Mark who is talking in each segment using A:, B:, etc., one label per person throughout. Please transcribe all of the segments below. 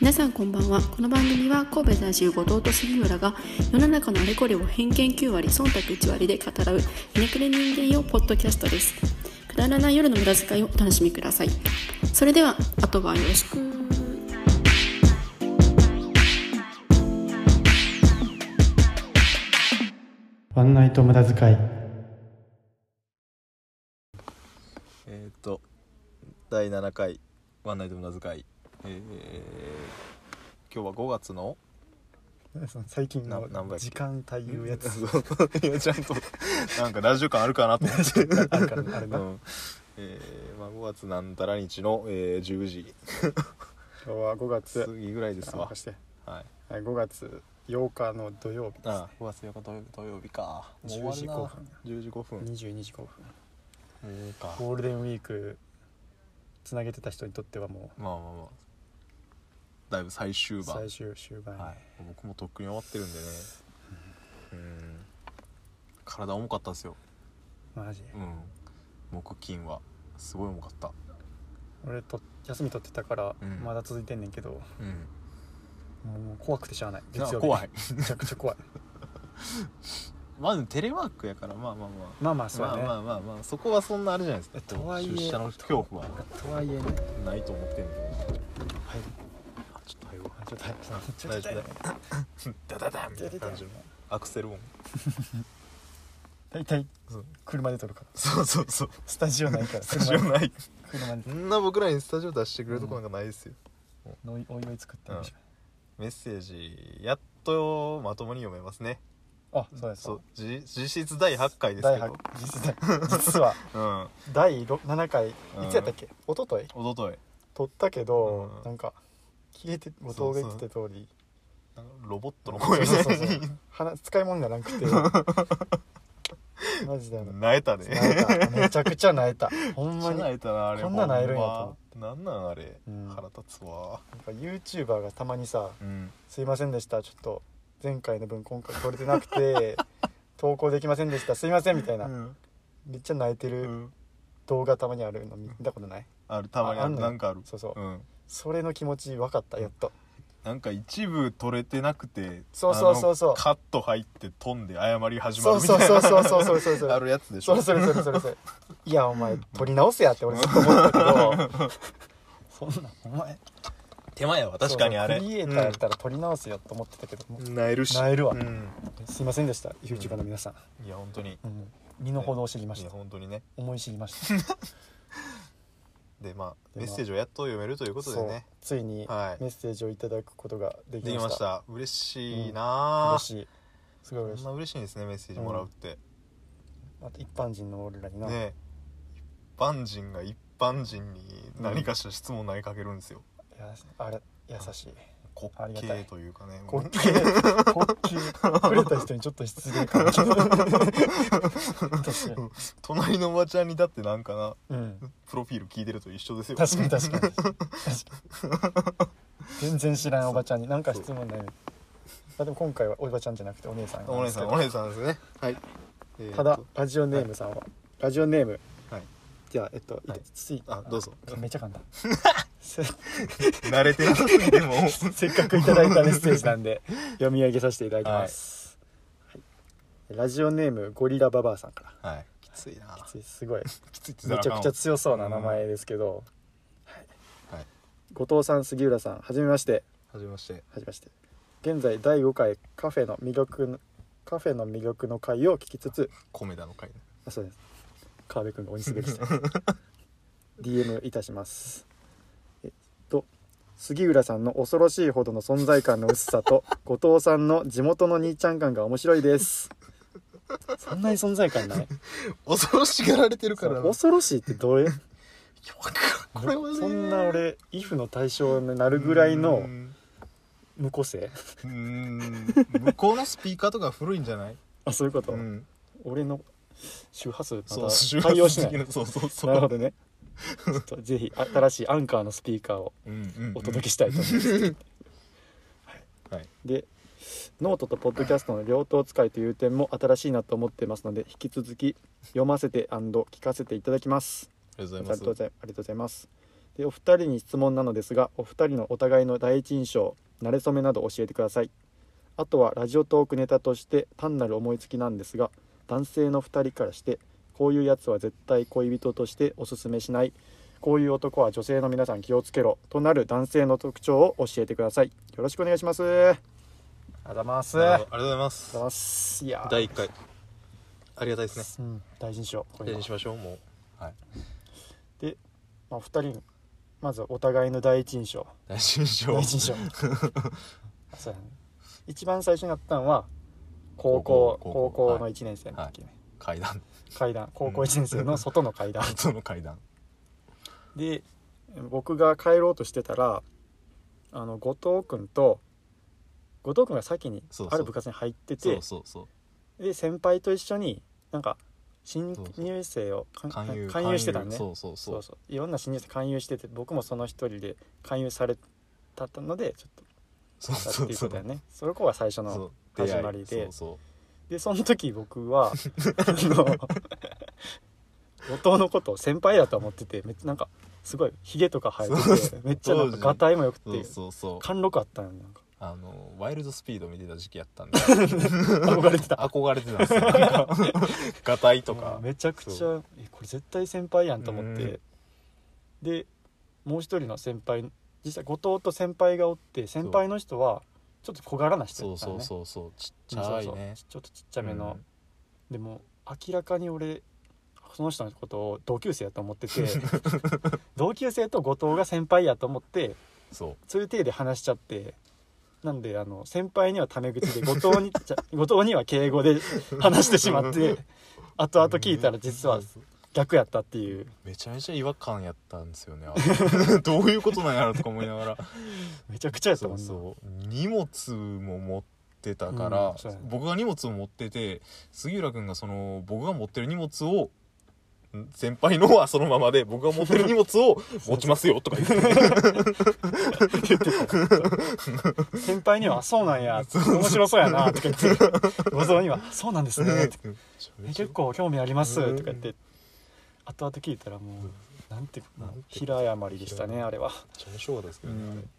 A: 皆さんこんばんはこの番組は神戸在住後藤と杉浦が世の中のあれこれを偏見9割忖度1割で語らうひねくれ人間用ポッドキャストですくだらない夜の無駄遣いをお楽しみくださいそれではあとはよろしく
B: ワンナイト無駄遣い。
C: えーっと第7回「ワンナイト無駄遣い」えー、今日は5月 の
B: その最近の
C: な何倍
B: 時間対いうやつ
C: そういやちゃんとなんかラジオ 感あるかなと思って、
B: あるからねあれ
C: う
B: な。今
C: んえーまあ、5月なんたら日の、えー、10時
B: 日は5月
C: 過。ぎぐらいです
B: あ
C: わ
B: 貸、して。
C: はい、
B: はい5月8日の土曜日で
C: あ5月8日土曜日土曜日かもう終わるな
B: 10
C: 10時
B: 時5分
C: 5分
B: す。22時5分。
C: えーか
B: ゴールデンウィークつなげてた人にとってはも
C: まあまあまあだいぶ最終
B: う
C: 盤
B: 最終終盤。
C: はい、僕もとっくに終わってるんでねうん体重かったですよ
B: マジ。
C: うん木金はすごい重かった
B: 俺と休み取ってたから
C: うん
B: まだ続いてんねんけど、
C: うん
B: もう怖くてしゃあない。
C: なん
B: 月
C: か
B: 曜日。
C: 怖い。
B: めちゃくちゃ怖い。
C: まあでもテレワークやからまあまあまあ
B: まあまあそうや
C: ま
B: ね。
C: あまあまあまあそこはそんなあれじゃないですか
B: とはいえ
C: 出社の恐怖は
B: とはいえね。
C: ないと思ってんの
B: はい。
C: あちょっと入ろう
B: ちょっとはいちょっ
C: 大
B: と
C: 丈
B: はい
C: 夫だダダダンみたいな感じのアクセル音
B: 大体
C: そう
B: 車で撮るから。
C: そうそう そう
B: スタジオないから。
C: スタジオ
B: 車で
C: ない
B: 車で
C: そんな僕らにスタジオ出してくれるとこなんかないですよ
B: おいおいおい作ってみましょう。
C: メッセージやっとまともに読めますね
B: あそうです
C: そうじ実質第8回です
B: 第
C: け
B: 8
C: ど
B: 実は 実は
C: うん
B: 第ろ7回いつやったっけ、一昨日
C: おととい
B: 撮ったけど、
C: うん
B: なんか消えて後藤が言ってた通り
C: なんかロボットの声みたい
B: そうそう そう
C: に
B: 話使い物にならんくてマジで あの
C: なえたね
B: 泣いためちゃくちゃ泣い たほ
C: め
B: ん
C: っち
B: ま
C: ゃ
B: に
C: な
B: なん
C: えたなあれ
B: こんななえるんやと思
C: ほんまなんなんあれ、
B: うん
C: 腹立つわ
B: か YouTuber がたまにさ
C: うん
B: 「すいませんでしたちょっと前回の分今回撮れてな くて投稿できませんでしたすいません」みたいな、
C: うん
B: めっちゃ泣いて
C: う
B: る
C: ん
B: 動画たまにあるの見たことない
C: あるたまにあ
B: ああん
C: る
B: の
C: なんかある
B: そうそう、
C: うん
B: それの気持ち分かったやっと
C: なんか一部取れてなくて
B: そうそうそうそう
C: あのカット入って飛んで謝り始まる
B: そう
C: み
B: そ
C: たいうな
B: そうそうそうそうそう そ
C: あ
B: う
C: るやつでし
B: そ
C: ょ
B: れそれそれそれそれいやお前取り直せやって俺ずっと思ったけど そんなお前
C: 手前は確かにあれ
B: そうそうクリエイターやったら取り直せよと思ってたけど、もう
C: うんなえるし
B: なえるわ
C: うん
B: すいませんでした YouTuber の皆さん、
C: いや本当に
B: うん身の程を知りま
C: い
B: し
C: や
B: た
C: 本当にね
B: 思い知り ました
C: でまあ
B: で
C: メッセージをやっと読めるということでね
B: ついに
C: はい
B: メッセージをいただくことができ
C: でき
B: ま
C: ま
B: し
C: したた嬉しいなあ
B: 嬉しいすごい嬉
C: そ
B: し
C: ん
B: い
C: な嬉しいんですねメッセージもらうって、
B: あと一般人の俺らにな、
C: ね一般人が一般人に何かした質問投げかけるんですよ、
B: いやあれ優しいあり
C: 滑
B: がたい
C: 稽というかね
B: 滑稽滑稽触れた人にちょっと失礼かも しれない確かに
C: 隣のおばちゃんにだってなんかな
B: うん
C: プロフィール聞いてると一緒ですよ
B: 確かに確かに 確かに全然知らんおばちゃんに何か質問ないあでも今回はおばちゃんじゃなくてお姉さんな
C: お
B: んで
C: 姉
B: す
C: さ
B: け
C: ん
B: ど
C: お姉さんですねはい、えーと
B: ただラジオネームさんは、ラジオネーム
C: はい
B: じゃあえっと、い
C: はい
B: つい
C: あどうぞ
B: めっちゃ簡単 せ
C: 慣れてなさすぎて も
B: せっかくいただいたメッセージなんで読み上げさせていただきます、はいラジオネームゴリラババアさんから
C: はいきついな
B: つい すごい
C: きついって
B: めちゃくちゃ
C: つ
B: 強そうな名前ですけど、
C: うんはい
B: 後藤さん杉浦さんはじめまして
C: はじめまして
B: はじめまして現在第5回カフェの魅力のカフェの魅力の回を聞きつつ
C: 米田の会ね
B: あそうです川辺君が鬼すべき した DM いたしますえっと杉浦さんの恐ろしいほどの存在感の薄さと後藤さんの地元の兄ちゃん感が面白いですそんなに存在感ない
C: 恐ろしがられてるからな
B: 恐ろしいってどれ
C: いやわかんこれはね
B: そんな俺「イフの対象になるぐらいうの
C: ん
B: 無個性
C: うーん向こうのスピーカーとか古いんじゃない、
B: あそういうこと、
C: ん、
B: 俺の周波数ま
C: そう
B: だ対応しない
C: 周波数的 そうそうそう
B: なるほ どねちょっとぜひ新しいアンカーのスピーカーを
C: うんうんうん
B: お届けしたいと思います、
C: はい
B: でノートとポッドキャストの両党使いという点も新しいなと思ってますので引き続き読ませて聞かせていただきます
C: ありがとう
B: あ
C: ござい
B: りが
C: ま
B: とうご
C: す
B: ざいありがとうございますでお二人に質問なのですがお二人のお互いの第一印象慣れ初めなど教えてくださいあとはラジオトークネタとして単なる思いつきなんですが男性の二人からしてこういうやつは絶対恋人としておすすめしないこういう男は女性の皆さん気をつけろとなる男性の特徴を教えてくださいよろしくお願いしますありがとうございます
C: あ
B: あ
C: り
B: り
C: がとうございま
B: が
C: す
B: とうございますいやー
C: 第1回ありがたいですね
B: うん、大事にしようこ
C: 大
B: れ
C: 事
B: は
C: にしましょうもうはい
B: で、まあ、2人のまずお互いの第一印象
C: 大事にしよう
B: 第一 印象そうやね一番最初になったのは高
C: 高
B: 校
C: 校
B: 高校
C: 高校
B: の1年生の時ね、
C: 階段
B: 階段高校1年 生の外の階段
C: 後の階段
B: で僕が帰ろうとしてたらあの後藤君と後藤君が先に
C: そうそう
B: ある部活に入ってて
C: そうそうそう
B: で先輩と一緒になんか新
C: そうそう
B: 入生をかん
C: 勧誘
B: 勧誘してたね
C: そうそうそ
B: そううそういろんな新入生勧誘してて僕もその一人で勧誘されたのでちょっ
C: そう
B: とだ
C: そ
B: って
C: う
B: いう
C: そ
B: こ
C: う
B: とだよねその子が最初
C: そ
B: の
C: う出会い
B: 始まりで
C: そうそ
B: でその時僕はあの後藤のことを先輩だと思っててめっちゃなんかすごいヒゲとか生
C: そう
B: えててめっちゃなんかがたいもよく
C: うそ
B: て
C: うそうそう
B: 貫禄あったのよなんか
C: あのワイルドスピード見てた時期やったんで
B: 憧れてた
C: 憧れてたんですよなんか ガタイとか
B: うんめちゃくち
C: そ
B: ゃえこれ絶対先輩やんと思っ
C: うん
B: てでもう一人の先輩実際後藤と先輩がおって先輩の人はちょっと小柄な人
C: そ
B: や
C: う
B: った
C: そ
B: の
C: う
B: ね
C: そうそうちっち
B: うんそ
C: ゃ
B: う
C: い
B: そう
C: ね
B: ちょっとちっちゃめの、でも明らかに俺その人のことを同級生やと 思ってて同級生と後藤が先輩やと思って
C: そう
B: そういう体で話しちゃってなんであの先輩にはタメ口で後藤に じゃ後藤には敬語で話してしまって後々聞いたら実は逆やったっていう
C: めちゃめちゃ違和感やったんですよねあ れどういうことなんやろとか思いながら
B: めちゃくちゃやった
C: そ
B: もん
C: う
B: な
C: そう荷物も持ってたから、
B: うんそうやね
C: 僕が荷物を持ってて杉浦君がその僕が持ってる荷物をん先輩のはそのままで僕が持ってる荷 物を持ちますよとか言って
B: 言ってた先輩には「そうなんや面白そうやな」とか言って 後藤には「そうなんですね」とかえ結構興味あります
C: うん
B: とか言って後々聞いたらもうなんていうか
C: なんていうか
B: 平謝りでしたね
C: 平
B: あれは
C: 面白かったですけどね、あれ
B: うん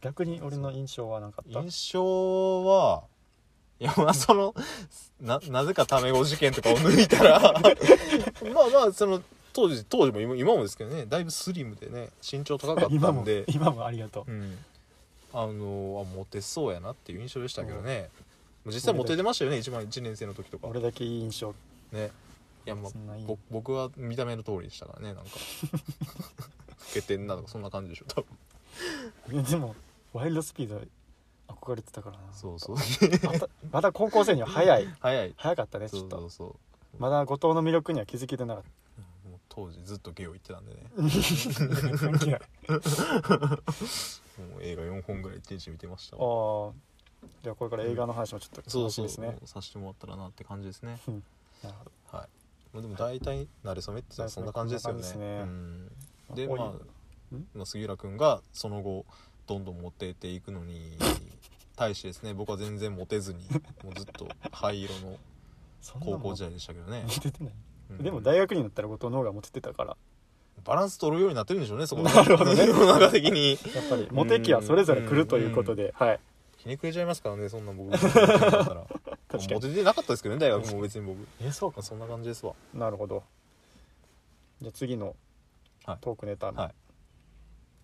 B: 逆に俺の印象はなかった
C: 印象はいやまあそのななぜかタメ語事件とかを抜いたら まあまあその当時当時も今今もですけどねだいぶスリムでね身長高かった
B: 今
C: ん
B: も
C: で
B: 今もありがとう
C: うん、あのあモテそうやなっていう印象でしたけどね、実際モテてましたよね一番1年生の時とか
B: 俺だけいい印象
C: ねいやまあ
B: そんないい
C: ぼ僕は見た目の通りでしたからねなんか老けてんなとかそんな感じでしょ多分
B: でもワイルドスピード憧れてたからな
C: そうそう
B: またまだ高校生には早い
C: 早い
B: 早かったね
C: そ
B: ちょ
C: う
B: っ
C: そ
B: と
C: うそう
B: まだ後藤の魅力には気づけてなかっ
C: もう当時ずっとゲオ行ってたんでね
B: た 関係ない
C: もう映画4本ぐらい一日見てました
B: あ
C: わ
B: ーじゃあこれから映画の話もちょっと
C: そう
B: 楽し
C: そ
B: み
C: う
B: ですね
C: もうさせてもらったらなって感じですね
B: なるほど
C: はいまあでも大体慣れ初めって言ったらそんな感じですよね
B: 慣れ初めこんな
C: うんで
B: おい
C: まあ
B: ん
C: まあ杉浦君がその後どんどんモテていくのに対してですね僕は全然モテずにもうずっと灰色 の
B: そんな
C: 高校
B: もん
C: 時代でしたけどね、
B: モテてない
C: うん
B: でも大学になったら後藤の方がモテてたから
C: バランス取るようになってるんでしょうねそこで
B: なるほどね
C: 世の中的に
B: やっぱりモテ期はそれぞれ来るということで、はい、
C: ひねくれちゃいますからねそんな 僕だったら
B: 確か
C: モ
B: に
C: テてなかったですけどね大学も別に僕
B: えそう
C: まあそんな感じですわ
B: なるほどじゃあ次の
C: はい
B: トークネタ、
C: はい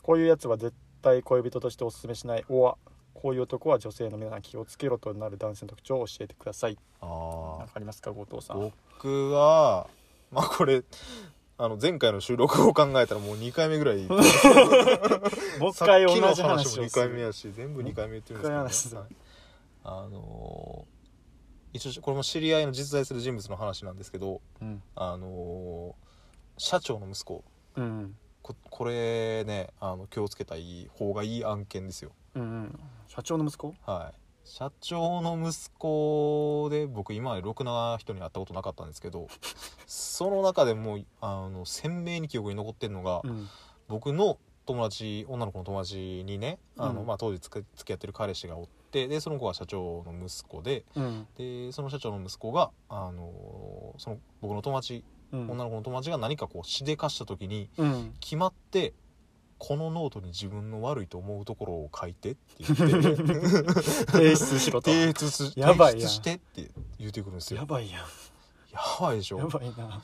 B: こういうやつは絶対恋人としておすすめしないおわこういう男は女性の皆さん気をつけろとなる男性の特徴を教えてください
C: あー
B: 何かありますか後藤さん
C: 僕はまあこれあの前回の収録を考えたらもう2回目ぐら い
B: もう一
C: さっ
B: 回同
C: きの
B: じ話を
C: 2
B: す
C: 回目
B: る
C: やし全部2回目っていうんですけど、
B: も
C: ね
B: う、
C: はいあのー一応これも知り合いの実在する人物の話なんですけど
B: うん、
C: あのー社長の息子
B: うん
C: ここれねあの気をつけたい方がいい案件ですよ
B: うんうん社長の息子
C: はい社長の息子で僕今までろくな人に会ったことなかったんですけどその中でもうあの鮮明に記憶に残ってるのが、
B: うん
C: 僕の友達女の子の友達にねあの、
B: うん
C: まあ、当時つく付き合ってる彼氏がおってでその子が社長の息子で
B: うん
C: でその社長の息子が、あのーその僕の友達
B: うん
C: 女の子の友達が何かこうしでかした時に
B: うん
C: 決まってこのノートに自分の悪いと思うところを書いてって言って
B: 提出しろと
C: 提出す
B: やば
C: 提
B: い
C: 出
B: やん
C: してって言ってくるんですよ
B: やばいや
C: やばいでし
B: んや
C: ょ
B: ばいな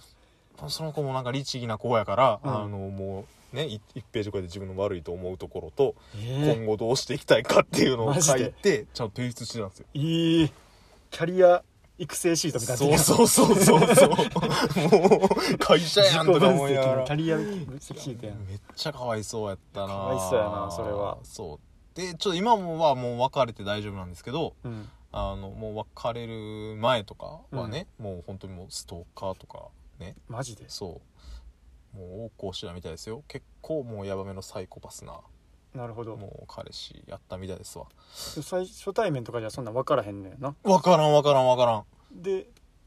C: その子もなんか律儀な子やから、
B: うん
C: あのもうねい一ページこれで自分の悪いと思うところと今
B: え
C: 後どうしていきたいかっていうのを
B: マジ
C: 書
B: で
C: いてちゃんと提出してたんですよ
B: えいいキャリア育成シートみたいな
C: そうそうそうそうそうもう会社やんとか思いながら
B: キャリアシートやん
C: めっちゃかわいそうやったな
B: かわいそうやなそれは
C: そうでちょっと今もはもう別れて大丈夫なんですけど
B: うん
C: あのもう別れる前とかはね、もう本当にもうストーカーとかね
B: マジで
C: そうもう横行してたみたいですよ結構もうヤバめのサイコパスな
B: なるほど
C: もう彼氏やったみたいですわ
B: 最初対面とかじゃそんなん分からへんねんな
C: 分からん分からん分 からん
B: で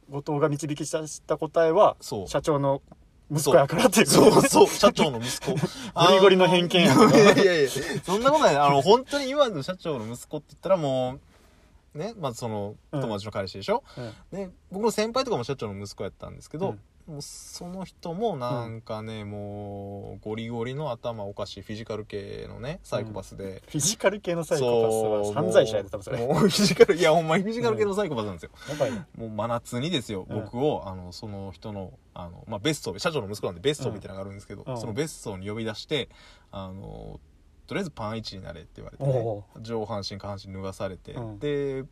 B: 後藤が導き出した答えは
C: そう
B: 社長の息子やからっていう
C: そうそう、社長の息子。
B: ゴリゴリの偏見や
C: あのいやいやいや、そんなことない。あの、本当に今の社長の息子って言ったらもう、ね、まずその、
B: うん
C: 友達の彼氏でしょ、
B: うん
C: ね、僕の先輩とかも社長の息子やったんですけど、もうその人もなんかね、もう、ゴリゴリの頭おかしい、フィジカル系のね、サイコパスで。
B: フィジカル系のサイコパス
C: そう
B: は犯罪者やで多分それ
C: もうフィジカル、いや、ほんまにフィジカル系のサイコパスなんですよ。
B: やばいな
C: もう真夏にですよ、
B: うん
C: 僕をあのその人のあの、まあ、ベスト社長の息子なんでベストみたいなのがあるんですけど、
B: うん
C: そのベストに呼び出してあのとりあえずパン1になれって言われて、
B: お
C: ね
B: う、
C: 上半身下半身脱がされて、
B: うん
C: で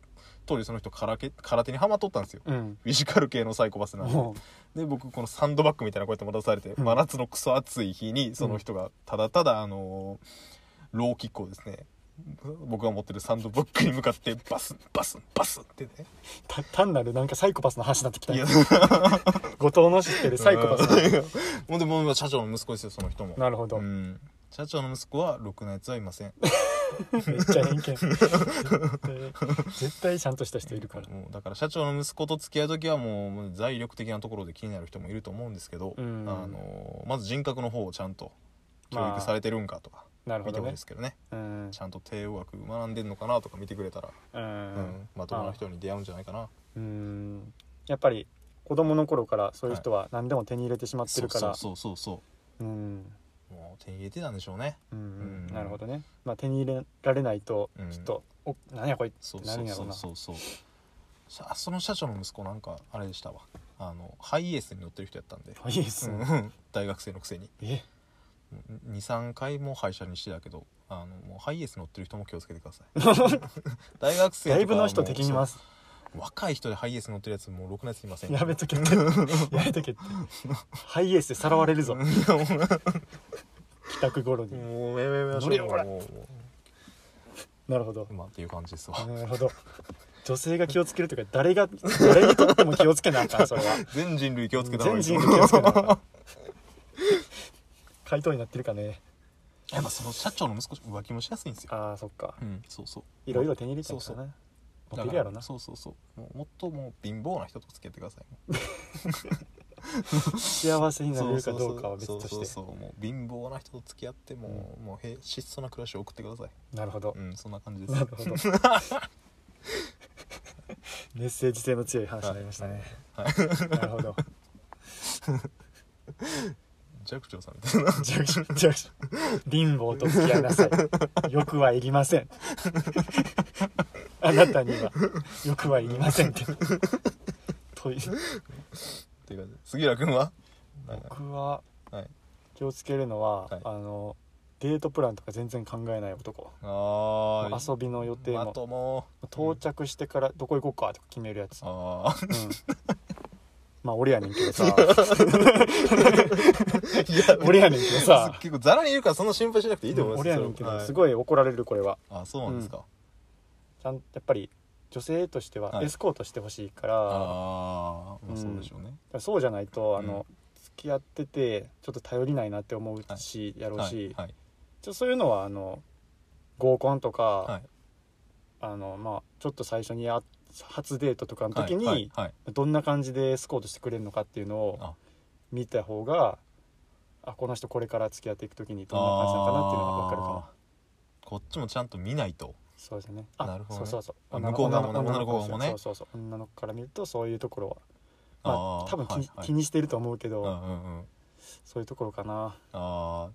C: 当時その人空手空手にハマっとったんですよ
B: うん
C: フィジカル系のサイコパスなんで
B: も
C: で僕このサンドバッグみたいなのこうやって持たされて、
B: ん
C: 真夏のクソ暑い日にその人がただただあのローキックをですね僕が持ってるサンドバッグに向かってバスンバスンバスンってね
B: うた単なるなんかサイコパスの話になってきた
C: いや
B: 後藤の知ってるサイコパスの
C: うんもうでももう社長の息子ですよその人も
B: なるほど、
C: う
B: め
C: ん社長の息子はろくなやつはいませ ん
B: っちゃ偏見絶対絶対ちゃんとした人いるから
C: もうだから社長の息子と付き合う時はもうもう財力的なところで気になる人もいると思うんですけど、
B: うん
C: あのまず人格の方をちゃんと教育されてるんかとか
B: なるほ
C: 見てほしい
B: どね
C: ですけどね
B: うん
C: ちゃんと帝王学学んでんのかなとか見てくれたら、
B: う
C: うん
B: ん
C: まともな人に出会うんじゃないかな
B: うんやっぱり子供の頃からそういう人は何でも手に入れてしまって
C: そ
B: る
C: う
B: から
C: そうそうそ
B: うん
C: うもう手に入れてたんでしょうね
B: うん
C: うん
B: なるほどね、まあ、手に入れられないと
C: うん
B: ちょっと、お何やこれっ
C: そう
B: てな
C: そ
B: るん
C: う
B: やろ
C: そううそ
B: な
C: うそうさその社長の息子なんかあれでしたわあのハイエースに乗ってる人やったんで、
B: あいいです
C: う
B: ね、
C: ん、大学生のくせに
B: え
C: 23回も廃車にしてたけどあのもうハイエース乗ってる人も気をつけてください大学生とかはも
B: だいうぶの人敵にいます
C: そう若い人でハイエース乗ってるやつもうろくなやついません
B: やめとけって やめとけってハイエースでさらわれるぞ帰宅頃に、
C: もうやめやめましょ
B: 乗
C: う
B: れよこれ
C: もうも
B: なるほど
C: うまあっていう感じですわ
B: なるほど女性が気をつけるというか誰が誰にとっても気をつけなあかんそれは
C: 全人類気をつけた方がい
B: 全
C: いと
B: 人
C: 思う
B: 類気をつけなあかん 回答になってるかね
C: やっぱその社長の息子浮気もしやすいんですよ
B: ああそっか
C: うんそうそう
B: いろいろ手に入れてる
C: そ
B: か
C: うそう
B: らな持ってるやろな
C: そうそうそうもうもっともう貧乏な人と付き合ってください
B: 幸せにな
C: そ
B: れ
C: う
B: る
C: そ
B: か
C: うそ
B: ど
C: う
B: うかは別と
C: そう
B: して
C: そうそうもう貧乏な人と付き合ってもう,、もうへ質素な暮らしを送ってください
B: なるほど
C: うんそんな感じです
B: なる ほどメッセージ性の強い話になりましたね
C: はい
B: なるほど
C: 寂聴さんみたいな
B: 弱者弱者貧乏と付き合いなさい欲はいりま せんあなたには欲はいりません ってという
C: っていう感じで杉浦君ははい
B: 僕は
C: はい
B: 気をつけるのは、
C: はい
B: あのデートプランとか全然考えない男
C: あー
B: 遊びの予定
C: ま
B: も
C: とも
B: 到着してからどこ行こうかとか決めるや つ、
C: あ
B: うん、まあ俺やねんけどさ
C: ー いや
B: 俺やねんけどさ
C: 結構ざらにいるからそんな心配しなくていいと思います
B: 俺やねんけどす
C: い
B: ごい怒られるこれは
C: あそうなんですか、
B: ちゃんやっぱり女性としては
C: はい
B: エスコートしてほしいから、
C: ああまあそうでしょうね、
B: そうじゃないとあの、
C: う
B: 付き合っててちょっと頼りないなって思うし、やろう
C: は
B: し、
C: いはい
B: ちょそういうのはあの合コンとか、
C: はい
B: あのまあ、ちょっと最初にあ初デートとかの時に、
C: はいはい
B: どんな感じでエスコートしてくれるのかっていうの
C: あ
B: を見た方があこの人これから付き合っていく時にどんな感じなのかなっていうのが分かるか
C: あ
B: ら
C: ーこっちもちゃんと見ないと
B: そうですねあ
C: なるほどね
B: そうそうそう
C: あ向こう側もね女の子側もね
B: そうそうそう女の子から見るとそういうところはま
C: あ
B: あ
C: ー
B: 多分気,、
C: はいはい
B: 気にしてると思うけど、
C: うんうんうん
B: そういうところかな
C: あ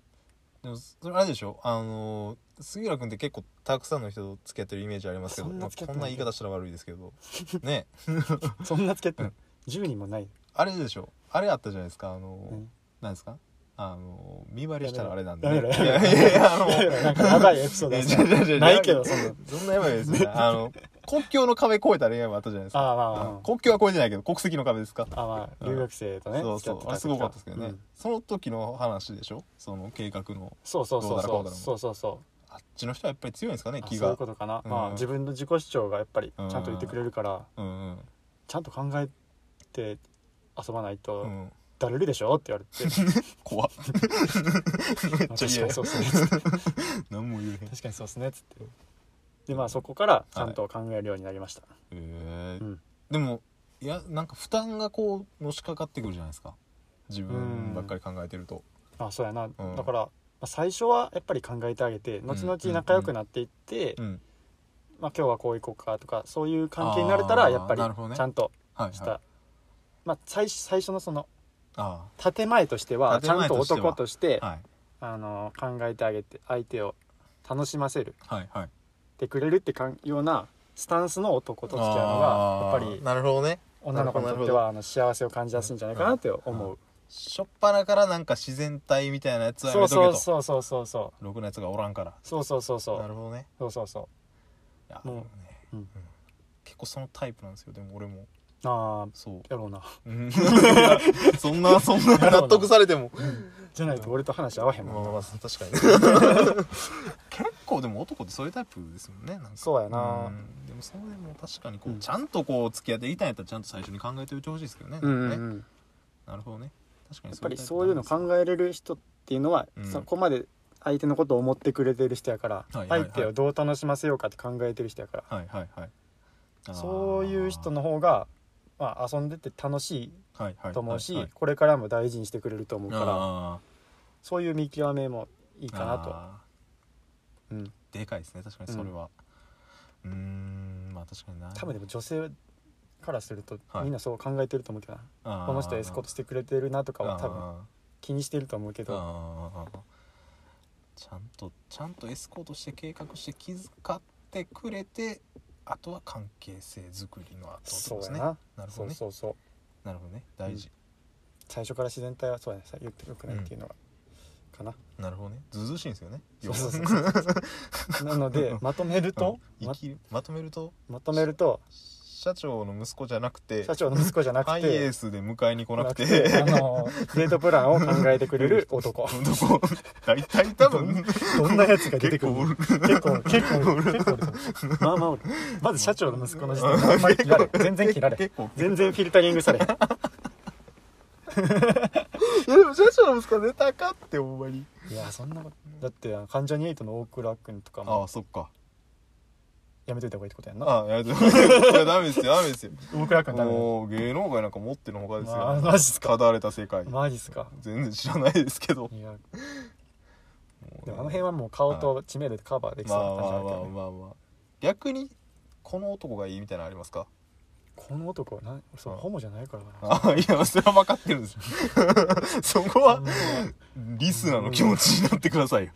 C: ーでもそれあれでしょあのー杉浦君って結構たくさんの人と付き合ってるイメージありますけど
B: そんな付き合って
C: こ
B: な
C: ん
B: い
C: な言い方したら悪いですけど ね
B: そんなつけて、
C: うん
B: 10人もない、
C: あれでしょあれあったじゃないですかあのー、
B: うん
C: なんですかあのー見張りしたらあれなんで、
B: やめろやめろ
C: いやいやいやあの
B: いやいやなんかやばいエピソード
C: ね
B: だ
C: じゃじゃじゃ
B: ないけどそんな
C: そんなやばいですよねあの国境の壁越えた恋愛もあったじゃないですか
B: あーまあまあまあ
C: うん国境は越えてないけど国籍の壁ですか
B: あまあ留学生とね、
C: そうそう
B: 付
C: あ
B: き合
C: れ
B: って
C: す
B: 時
C: ごかったですけどね、
B: うん
C: その時の話でしょその計画の
B: そうそうそう
C: ど
B: そう
C: だろうこうだろ
B: う
C: う
B: そうそうそう
C: あっちの人はやっぱり強いんですかね
B: あ
C: 気
B: そういう
C: が
B: ことかな、
C: うん
B: まあ自分の自己主張がやっぱりちゃんと言ってくれるから、
C: うんうん
B: ちゃんと考えて遊ばないと
C: うん
B: 「だるるでしょ?」って言われて
C: 怖っ め
B: 「
C: っ
B: まあ
C: ちゃ
B: 確か
C: 嫌
B: に
C: や
B: そうっすね」つって
C: 何も言えへん
B: 「確かにそうっすね」つってでまあそこからちゃんと考えるようになりました、
C: えー
B: うん
C: でもいやなんか負担がこうのしかかってくるじゃないですか自分ばっかり考えてると
B: あそうやな、
C: ん
B: だから、まあ、最初はやっぱり考えてあげて後々仲良くなっていって、
C: うん、
B: まあ、今日はこう行こうかとかそういう関係になれたらやっぱり
C: あーなるほどね
B: ちゃんと
C: はい
B: した、
C: はい
B: まあ、最初最初のその
C: あ
B: 建前としてはちゃ
C: 建
B: ん
C: 前
B: と
C: としては
B: 男として
C: あはい
B: あの考えてあげて相手を楽しませる
C: はいはい
B: ってくれるってかんようなスタンスの男と付き合うのがやっぱ
C: あー
B: り
C: なるほどね
B: 女の子にとってはあの幸せを感じやすいんじゃないかなって思う
C: しょっぱなからなんか自然体みたいなやつはや
B: そう
C: めとけと
B: そうそうそうそうそう
C: ろくなやつがおらんから
B: そうそうそうそ
C: な
B: う
C: るほどね
B: そうそうそう
C: いや
B: もう
C: でもね
B: うん
C: うん結構そのタイプなんですよでも俺も
B: ああ
C: そう
B: やろうな
C: そんなそんな納得されても
B: じゃないと俺と話合わへん
C: まあ
B: もん
C: まあま
B: な
C: あ確か に結構でも男ってそういうタイプですもんねなんか
B: そうやなん
C: でもそうでも確かにこ
B: う
C: うんちゃんとこう付き合っていたんやったらちゃんと最初に考えておいてほしいですけどね
B: うん
C: な
B: うんう
C: んかね
B: ん
C: なるほどね確か
B: や
C: に
B: っぱりそういうの考えれる人っていうのは
C: うん
B: そこまで相手のことを思ってくれてる人やから
C: いはいはい
B: 相手をどう楽しませようかって考えてる人やから
C: えはいはいはいあー
B: そういう人の方がまあ遊んでて楽しい
C: はいはい
B: と思うし、
C: はいはい
B: これからも大事にしてくれると思うから
C: あ
B: そういう見極めもいい
C: ー
B: かなと
C: あ
B: うん、
C: ーでかいですね確かにそれはうんんまあ確かにな
B: 多分でも女性からすると、
C: はい
B: みんなそう考えてると思うけどなこの人エスコートしてくれてるなとか
C: か
B: は多分気にしてると思うけど
C: あーちゃんとちゃんとエスコートして計画して気遣ってくれてあとは関係性作りの後って
B: そ
C: こと
B: う
C: です
B: や
C: ね
B: な
C: なるほ
B: そ
C: ど
B: う
C: ね
B: そうそう
C: なるほどね大事、
B: 最初から自然体はそうやねさ言ってよくないっていうのが、かな
C: なるほどねずうずうしいんですよね
B: そうそうそうそうなのでまとめると、
C: うん
B: ま
C: 生きるまとめると
B: まとめると
C: 社長の息子じゃなくて
B: 社長の息子じゃなく
C: ハイエ
B: て
C: ースで迎えに来なくて
B: あのデートプランを考えてくれ る男
C: 男大体多分
B: どんなやつが出てくるの
C: 結構
B: 結構結構結構まあまあおるまず社長の息子の時点であんまり切られ全然切られ
C: 結構
B: 全然フィルタリングされへん
C: いやでも社長の息子絶対あかんってほんまに
B: いやそんなことだってあの関ジャニエイトの大倉君とか
C: あ
B: も
C: あそっか
B: やめといた方がいいってことやんな
C: ああやめて いやダメですよダメですよ
B: 大倉君ダメ
C: もう芸能界なんか持ってのほかですよ、
B: ま あマジっすか
C: ただ荒れた世界、
B: マジっすか
C: 全然知らないですけど
B: いや
C: もう
B: でもあの辺はもう顔と知名度でカバーでき
C: ま
B: そう
C: あ
B: な
C: ま
B: 感じあ
C: あ
B: るけ
C: まあ
B: ど、ね、
C: まあ、まあ、逆にこの男がいいみたいなのありますか
B: この男はな俺そう
C: うん
B: ホモじゃないからな
C: あいやそれは分かってるんですよ そこはリスナーの気持ちになってくださいよ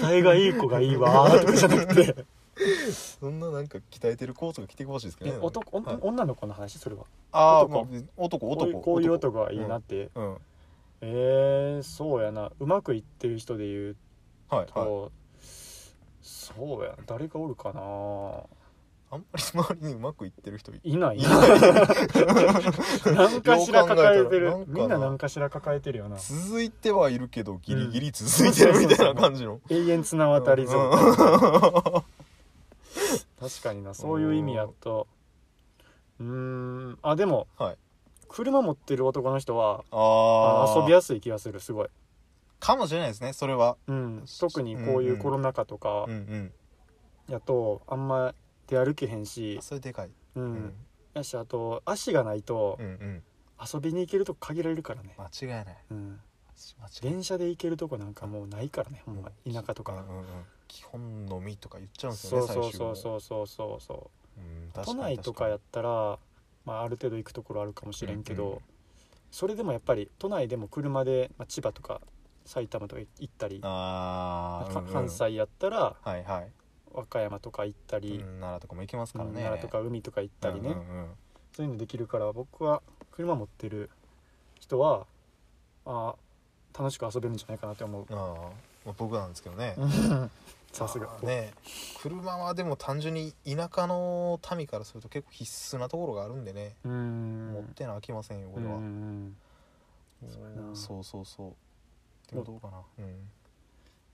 B: 答えがいい子がいいわーとかじゃなく て
C: そんななんか鍛えてるコートが着てほしいですけど
B: え
C: ね
B: 男お
C: はい
B: 女の子の話それは
C: ああ
B: 男
C: 男男
B: こういう
C: 男
B: こういう男がいいなって、
C: うんはい
B: えー、そうやなうまくいってる人で言う
C: はい
B: と、そうや誰がおるかな
C: あんまり周りにうまくいってる人い
B: いない
C: い
B: な
C: ない
B: 何かしら抱えて
C: よ
B: る
C: う考えたらなんかな
B: みんな何かしら抱えてるよな
C: 続いてはいるけどギリギリ続いてるみたいな感じの
B: 永遠綱渡り
C: うん
B: ぞ、
C: は
B: 確かになそういう意味やとうーんあでも
C: い
B: 車持ってる男の人はあ
C: ああ
B: の遊びやすい気がするすごい、
C: かもしれないですねそれは
B: うん、特にこういうコロナ禍とか
C: うん
B: やとあんま出歩けへん
C: う
B: し
C: ん、それでかい、
B: う、
C: うん
B: やしあと足がないと
C: うんうん
B: 遊びに行けるとこ限られるからね、
C: 間違いない
B: う
C: 間
B: ん、
C: 違いない
B: 電車で行けるとこなんかもうないからねほんま田舎とか、
C: うんうんうん基本のみとか言っちゃうんです
B: そ
C: よ
B: う
C: ね
B: そうそう
C: う、
B: そうそうそうそう
C: うん、
B: 都内とかやったら、まあ、ある程度行くところあるかもしれんけど、
C: うんうん
B: それでもやっぱり都内でも車で、まあ、千葉とか埼玉とか行ったり、
C: ああ、
B: か
C: うんうん
B: 関西やったら
C: はいはい、
B: 和歌山とか行った
C: うん
B: り、
C: 奈良とかも行けますから
B: うん
C: ね
B: 奈良とか海とか行ったりね、
C: うんうんうん
B: そういうのできるから僕は車持ってる人はあー楽しく遊べるんじゃないかなって思う
C: あー、まあ僕なんですけどね、
B: さすが
C: あーね車はでも単純に田舎の民からすると結構必須なところがあるんでね、
B: うーん
C: 持ってなあきませんよ
B: う
C: 俺は、
B: んそうやな
C: そうそうそうでもどうかな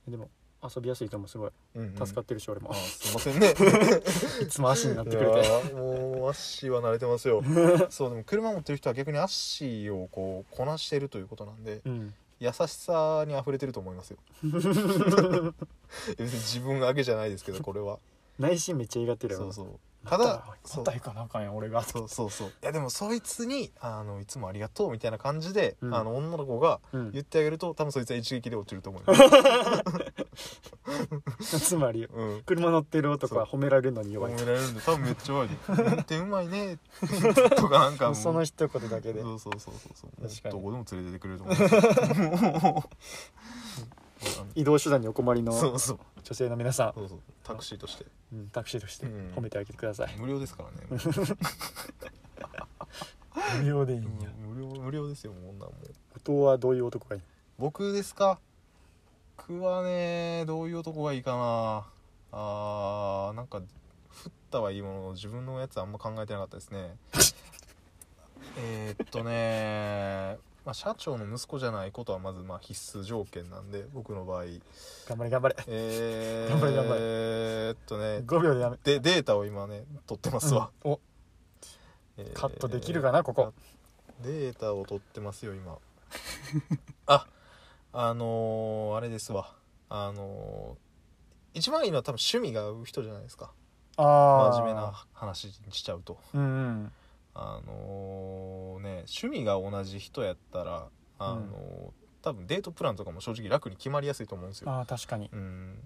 B: でも遊びやすいと思うすごい
C: うん、うんうん
B: 助かってるし俺も
C: あーすいませんね
B: いつも足になってくれ
C: い
B: て
C: やーもうアッシーは慣れてます よそうでも車持ってる人は逆にアッシーをこうこなしてるということなんで
B: うん
C: 優しさに溢れてると思います よ別に自分だけじゃないですけどこれは
B: 内心めっちゃ いがってるよ
C: そうそうただ
B: そ
C: そうう
B: 答えかなあかんやん俺が
C: そうそうそういやでもそいつにあのいつもありがとうみたいな感じで、
B: うん
C: あの女の子が
B: うん
C: 言ってあげると多分そいつは一撃で落ちると思い ます、
B: つまり
C: うん、
B: 車乗ってる男は褒められるのに弱い
C: 褒められるんで多分めっちゃ弱いで「運転うまいね」とかなんかもう
B: その一言だけで
C: そうそうそうそうそう
B: 確かに
C: どこでも連れてってくれると思い ますよもう
B: 移動手段にお困りの
C: そうそう
B: 女性の皆さ
C: そうそうタクシーとして
B: ん、うん、タクシーとして
C: うん
B: 褒めてあげてください、
C: 無料ですからねも
B: 無料でいいん
C: う無料無料ですよもう女はもう
B: 後藤はどういう男がいい
C: 僕ですか僕はねどういう男がいいかなあーなんか振ったはいいものの自分のやつあんま考えてなかったです ねえーっとね、まあ、社長の息子じゃないことはまずまあ必須条件なんで僕の場合
B: 頑張れ頑張れ
C: えー、
B: 頑張れ頑張れ
C: えーっとね
B: 5秒でやめ
C: でデータを今ね取ってますわ、
B: お
C: えー
B: カットできるかなここ
C: データを取ってますよ 今ああのーあれですわあのー一番いいのは多分趣味が合う人じゃないですか
B: ああ
C: 真面目な話にしちゃうと
B: うんうん
C: あのーね趣味が同じ人やったらあのー多分デートプランとかも正直楽に決まりやすいと思うんですよ
B: ああ確かに
C: うん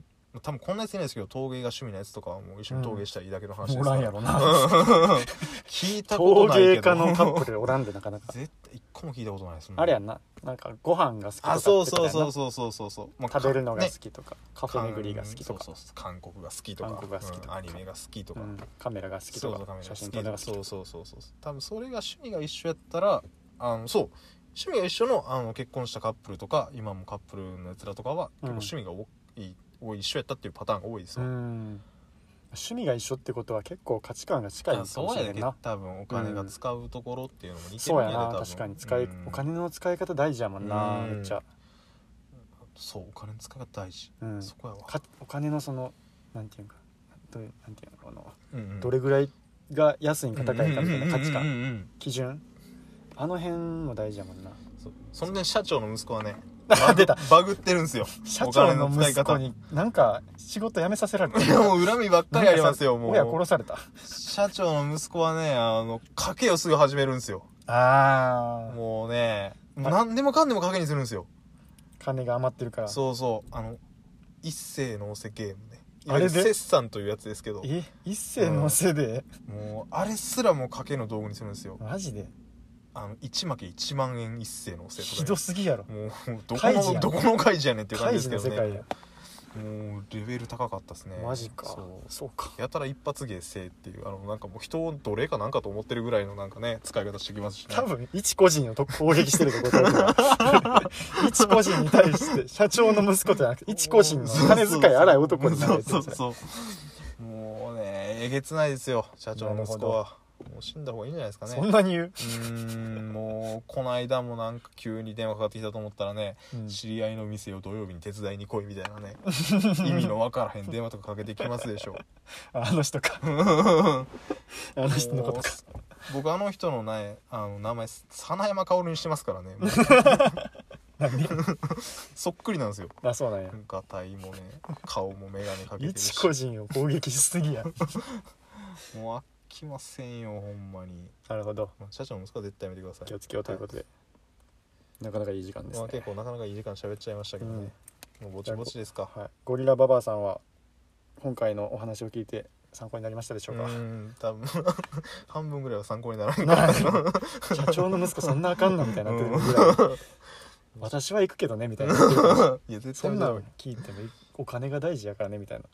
C: 多分こんなやついないですけど陶芸が趣味のやつとかはもう一緒に陶芸したらいいだけの話で
B: お
C: すからら、
B: んやろな
C: 聞いたこと
B: 陶
C: ないけ
B: 芸
C: ど
B: 家のカップルおらんでなかなか
C: 絶対一個も聞いたことないです
B: あれや
C: ん
B: んななんかご飯が好きとか
C: あそうそう
B: 言
C: そ
B: っ
C: う
B: て
C: そうそうそうそう、ま
B: たやんな食べるのが好
C: ね
B: きとか、カフェ巡りが好きとか
C: そうそうそう韓国が好きとか
B: 韓国が好きとか
C: うんアニメが好きとか、
B: うんカメラが好き
C: そう
B: と
C: そう
B: か
C: カメラが
B: 写
C: 好きと
B: 真撮るの
C: か
B: が好きと
C: そ
B: か
C: うそうそうそう多分それが趣味が一緒やったらあのそう趣味が一緒のあの結婚したカップルとか今もカップルのやつらとかは結構趣味が多い、多い一緒やったっていうパターンが多いですよ、
B: うん趣味が一緒ってことは結構価値観が近いの
C: あ
B: か
C: そ
B: も
C: う
B: し
C: や
B: れ
C: で
B: へんな
C: 多分お金が使うところっていうのも似てる
B: そ
C: ん
B: う
C: や
B: や
C: で
B: な
C: 多分
B: 確かに使い、
C: うん
B: お金の使い方大事やもんな、
C: うん
B: めっちゃ、
C: そうお金の使い方大事、
B: うん、
C: そこやわ、
B: かお金のそのなんていうんかどういうなんていうのかな
C: うんうん
B: どれぐらいが安いんか高いんかみたいな価値
C: うん
B: 観
C: うんうんうんうん
B: 基準あの辺も大事やもんな
C: そうそのね社長の息子はね
B: あ出た
C: バグってるんですよ
B: 社
C: お
B: 長
C: 金
B: の
C: 使い
B: 息
C: 方
B: 子になんか仕事辞めさせられた
C: いや もう恨みばっかりありますよも
B: 親殺
C: う
B: された
C: 社長の息子はねあの賭けをすぐ始めるんですよ
B: ああ
C: もうねも
B: は
C: う
B: い
C: 何でもかんでも賭けにするんですよ
B: 金が余ってるから
C: そうそうあの一世のおせゲームね
B: あれで
C: いわゆる切算というやつですけど
B: え一世のせいで、
C: もうあれすらもう賭けの道具にするんですよ
B: マジで
C: あの1負け1万円一世のおせとかね
B: ひどすぎやろ
C: もうどこ
B: カイジや
C: の
B: ん
C: どこの怪事やねんっていう感
B: カ
C: じ
B: イ
C: です
B: ジ
C: け
B: の
C: ど
B: 世界
C: ね
B: や、
C: もうレベル高かったですね
B: マジか
C: そう
B: そうか
C: やたら一発芸せいっていうあのなんかもう人を奴隷かなんかと思ってるぐらいのなんかね使い方してきますし、ね、
B: 多分一個人をと攻撃してると答え は一個人に対して社長の息子じゃなくて一個人の金遣い荒い男にな
C: そ
B: れ
C: う
B: て
C: そ
B: る
C: うそうもうねえげつないですよ社長の息子はもう死んだ方がいいんじゃないですかね
B: そんなに言う
C: うーんもうこの間もなんか急に電話かかってきたと思ったらね、
B: うん
C: 知り合いの店を土曜日に手伝いに来いみたい なね意味のわからへん電話とかかけてきますでしょ
B: あの人 かあの人のことか
C: もう僕あの人のねあの名前早山薫にしてますからねもうそっくりなんですよ
B: あそうなんや
C: ガタイもね顔も眼鏡かけてる
B: 一
C: し
B: 個人を攻撃しすぎ や
C: もう飽きませんよほんまに
B: なるほど
C: まあ社長の息子は絶対やめてください
B: 気をつけようということで、なかなかいい時間です
C: まあ、
B: ね
C: 結構なかなかいい時間喋っちゃいましたけどね、もうぼちぼちですか
B: はい、ゴリラババアさんは今回のお話を聞いて参考になりましたでしょ
C: う
B: うか、
C: ん多分 半分ぐらいは参考にならない
B: ならない社長の息子そんなあかんのみたいになってるぐらい、私は行くけどねみたいな
C: いや絶
B: そ
C: 対
B: ん
C: 無理
B: な
C: だ
B: の聞いてもお金が大事やからねみたいな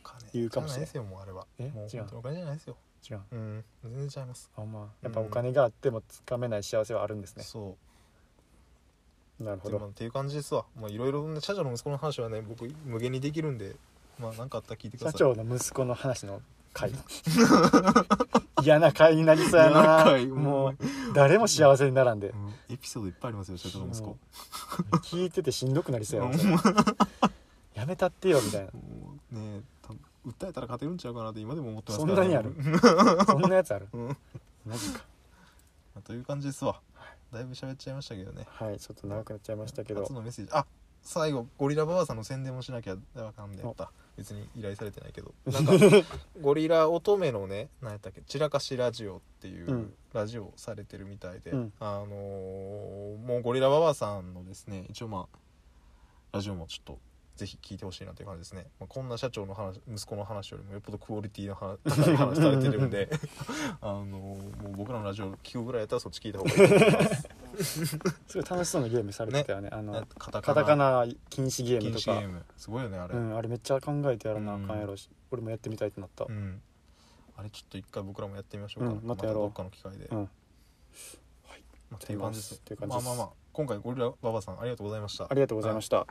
C: お金
B: 言うかもしれん
C: じゃないですよもうあれは
B: え
C: もう
B: 違う
C: 本当にお金じゃないですよ
B: 違う
C: うん全然違います
B: あまあやっぱお金があってもつかめない幸せはあるんですね、
C: そう
B: なるほ
C: でも
B: ど
C: っていう感じですわまあいろいろね社長の息子の話はね僕無限にできるんでまあ何かあったら聞いてくだ
B: 社
C: さい
B: 長の息子の話の回嫌な回になりそうや
C: 嫌な
B: な
C: 回
B: もう誰も幸せにならんで
C: うんエピソードいっぱいありますよ社長の息子
B: も聞いててしんどくなりそうや
C: う
B: なんそれやめたってよみたいな
C: もうね多分訴えたら勝てるんちゃうかなって今でも思ってます
B: そ
C: か
B: ん
C: ら、ね、
B: なにあるそんなやつある
C: うん
B: マジか
C: まあという感じですわだいぶ喋っちゃいましたけどね
B: はいちょっと長くなっちゃいましたけど
C: 初のメッセージあ最後ゴリラばばあさんの宣伝もしなきゃあかんでやった別に依頼されてない けどなんかゴリラ乙女のね何やったっけ散らかしラジオっていう、
B: うん
C: ラジオをされてるみたいで、
B: うん
C: あのーもうゴリラばばあさんのですね一応まあラジオもちょっとぜひ聞いてほしいなという感じですね、まあ、こんな社長の話息子の話よりもよっぽどクオリティの話高い話されてるん であのーもう僕らのラジオ聞くぐらいやったらそっち聞いた方がいいと思います
B: すごい楽しそうなゲームされてたよねあの
C: カタ
B: カタカナ禁止ゲームと
C: 禁止
B: か
C: ゲームすごいよねあれ、
B: うんあれめっちゃ考えてやらなあかんやろし俺もやってみたいってなった
C: うんあれちょっと一回僕らもやってみましょうか、
B: うんまたやろう
C: どっかの機会で、
B: うん
C: まあ、っていう感じです
B: っていう感じです
C: まあまあまあ今回ゴリラババさんありがとうございました
B: ありがとうございました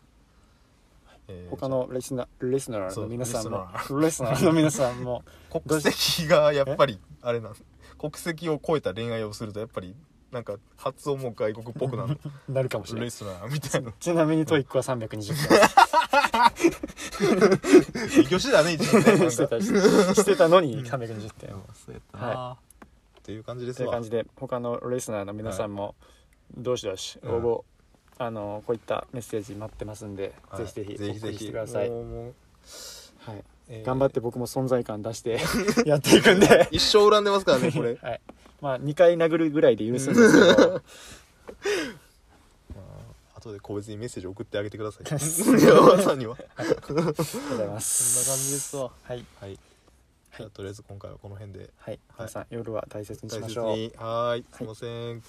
C: えー
B: 他のリスナーリスナー
C: そ
B: の
C: う
B: 皆さんも
C: リ
B: リスナーの皆さんも
C: 国籍がやっぱりあれなん国籍を超えた恋愛をするとやっぱりなんか発音も外国っぽくなる
B: なるかもしれな
C: レ
B: い
C: スラーみたいな
B: ちなみにトイックは320回
C: 勉強してたね一応ね なんか
B: してたししてたのに320点
C: うんそうやったな、っていう感じで
B: と
C: す
B: いう
C: わ
B: 感じで他のリスナーの皆さんもどしどし
C: うん
B: 応募、あのこういったメッセージ待ってますんで、
C: はい
B: ぜひぜ
C: ぜひ
B: ひ送
C: ぜ
B: りし
C: ひ
B: てください、
C: もうもう
B: はい、
C: えー
B: 頑張って僕も存在感出して やっていくんで
C: 一生恨んでます からねこれ
B: はい、まあ2回殴るぐらいで許すんですけど
C: まあ後で個別にメッセージ送ってあげてください ゴリラババさんには
B: ありがとうございます。
C: そんな感じですわ。
B: はい。
C: はい。じゃあとりあえず今回はこの辺で
B: はい。皆さん、夜は大切にし
C: 大
B: まし
C: 切
B: ょう。
C: に。はーい。すいません。